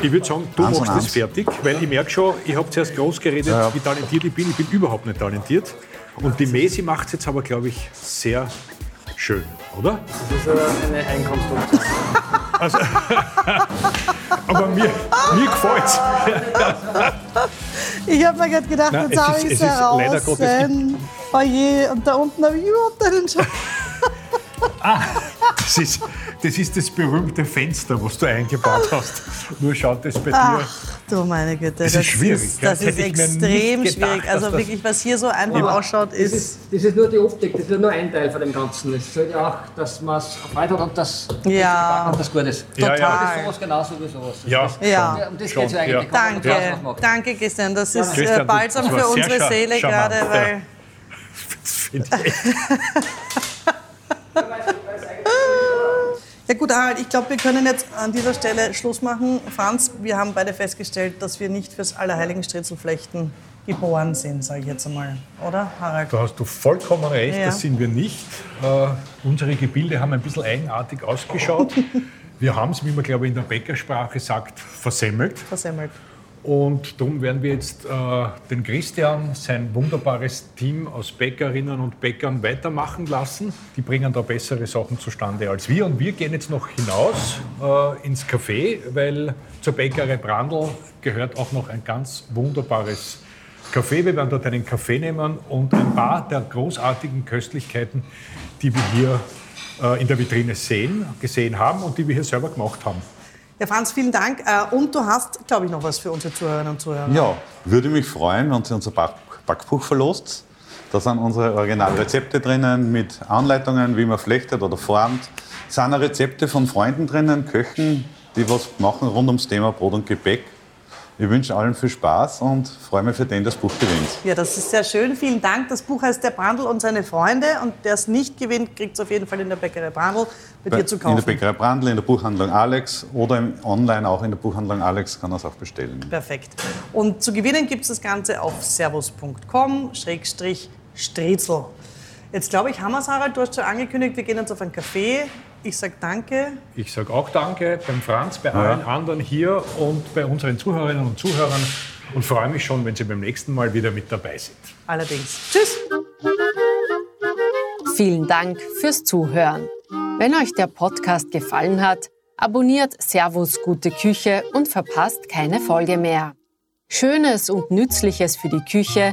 Speaker 1: ich würde sagen, du
Speaker 5: Eins und
Speaker 1: machst das
Speaker 5: eins.
Speaker 1: fertig, weil ich merke schon, ich habe zuerst groß geredet,
Speaker 5: Ja, ja.
Speaker 1: wie talentiert ich bin. Ich bin überhaupt nicht talentiert. Und die Mesi macht es jetzt aber, glaube ich, sehr schön, oder?
Speaker 4: das ist eine Einkommensdruck.
Speaker 1: Aber mir, mir gefällt es.
Speaker 2: Ich habe mir gerade gedacht,
Speaker 1: Nein,
Speaker 2: jetzt
Speaker 1: es
Speaker 2: habe
Speaker 1: ist-
Speaker 2: ich
Speaker 1: es
Speaker 2: es
Speaker 1: ist leider
Speaker 2: heraus.
Speaker 1: Gottes-
Speaker 2: Oh je, und da unten habe ich überhaupt einen Schatten.
Speaker 1: Das ist, das ist das berühmte Fenster, was du eingebaut hast. Nur schaut es bei dir.
Speaker 2: Ach du meine Güte.
Speaker 1: Das ist schwierig,
Speaker 2: Ist,
Speaker 1: ja.
Speaker 2: das
Speaker 1: Das
Speaker 2: ist
Speaker 1: hätte ich mir nicht
Speaker 2: extrem
Speaker 1: gedacht,
Speaker 2: schwierig.
Speaker 1: dass
Speaker 2: Also
Speaker 1: das-
Speaker 2: wirklich, was hier so einfach ausschaut,
Speaker 4: Das
Speaker 2: ist.
Speaker 4: ist, das ist nur die Optik, das ist ja nur ein Teil von dem Ganzen. Es soll ja auch, dass man es erfreut hat und dass
Speaker 2: Ja.
Speaker 4: und das gut ist.
Speaker 1: Ja, ja.
Speaker 4: Das ist sowas genauso wie sowas.
Speaker 1: Ja.
Speaker 4: Das,
Speaker 2: Ja.
Speaker 4: Um das
Speaker 1: Schon,
Speaker 4: geht es ja eigentlich.
Speaker 1: ja.
Speaker 4: Kann man
Speaker 2: Danke,
Speaker 4: nicht anders machen.
Speaker 2: danke Christian. Das ist
Speaker 1: Christian,
Speaker 2: äh,
Speaker 1: das-
Speaker 2: balsam
Speaker 1: das war
Speaker 2: für
Speaker 1: sehr
Speaker 2: unsere
Speaker 1: scha-
Speaker 2: Seele
Speaker 1: charmant,
Speaker 2: gerade, weil
Speaker 1: finde ich.
Speaker 2: [laughs] Ja gut, Harald, ich glaube, wir können jetzt an dieser Stelle Schluss machen. Franz, wir haben beide festgestellt, dass wir nicht fürs Allerheiligen Stritzelflechten geboren sind, sage ich jetzt einmal. Oder, Harald?
Speaker 1: Da hast du vollkommen recht,
Speaker 2: Ja.
Speaker 1: das sind wir nicht. Äh, unsere Gebilde haben ein bisschen eigenartig ausgeschaut. Wir haben es, wie man glaube ich in der Bäckersprache sagt, versemmelt.
Speaker 2: Versemmelt.
Speaker 1: Und darum werden wir jetzt äh, den Christian, sein wunderbares Team aus Bäckerinnen und Bäckern weitermachen lassen. Die bringen da bessere Sachen zustande als wir. Und wir gehen jetzt noch hinaus äh, ins Café, weil zur Bäckerei Brandl gehört auch noch ein ganz wunderbares Café. Wir werden dort einen Kaffee nehmen und ein paar der großartigen Köstlichkeiten, die wir hier äh, in der Vitrine sehen, gesehen haben und die wir hier selber gemacht haben.
Speaker 2: Ja, Franz, vielen Dank. Äh, Und du hast, glaube ich, noch was für unsere Zuhörerinnen und Zuhörer.
Speaker 5: Ja, würde mich freuen, wenn Sie unser Back Backbuch verlost. Da sind unsere Originalrezepte drinnen mit Anleitungen, wie man flechtet oder formt. Es sind auch Rezepte von Freunden drinnen, Köchen, die was machen rund ums Thema Brot und Gebäck. Ich wünsche allen viel Spaß und freue mich für den, der das Buch gewinnt.
Speaker 2: Ja, das ist sehr schön. Vielen Dank. Das Buch heißt Der Brandl und seine Freunde. Und der es nicht gewinnt, kriegt es auf jeden Fall in der Bäckerei Brandl bei dir zu
Speaker 5: In der
Speaker 2: kaufen.
Speaker 5: Bäckerei Brandl, in der Buchhandlung Alex oder im online auch in der Buchhandlung Alex kann er es auch bestellen.
Speaker 2: Perfekt. Und zu gewinnen gibt es das Ganze auf servus.com-strezel. Jetzt glaube ich, haben wir es, Harald. Du hast schon angekündigt, wir gehen jetzt auf einen Café. Ich sage danke.
Speaker 1: Ich sage auch Danke beim Franz, bei allen anderen hier und bei unseren Zuhörerinnen und Zuhörern und freue mich schon, wenn Sie beim nächsten Mal wieder mit dabei sind.
Speaker 2: Allerdings. Tschüss.
Speaker 3: Vielen Dank fürs Zuhören. Wenn euch der Podcast gefallen hat, abonniert Servus Gute Küche und verpasst keine Folge mehr. Schönes und Nützliches für die Küche,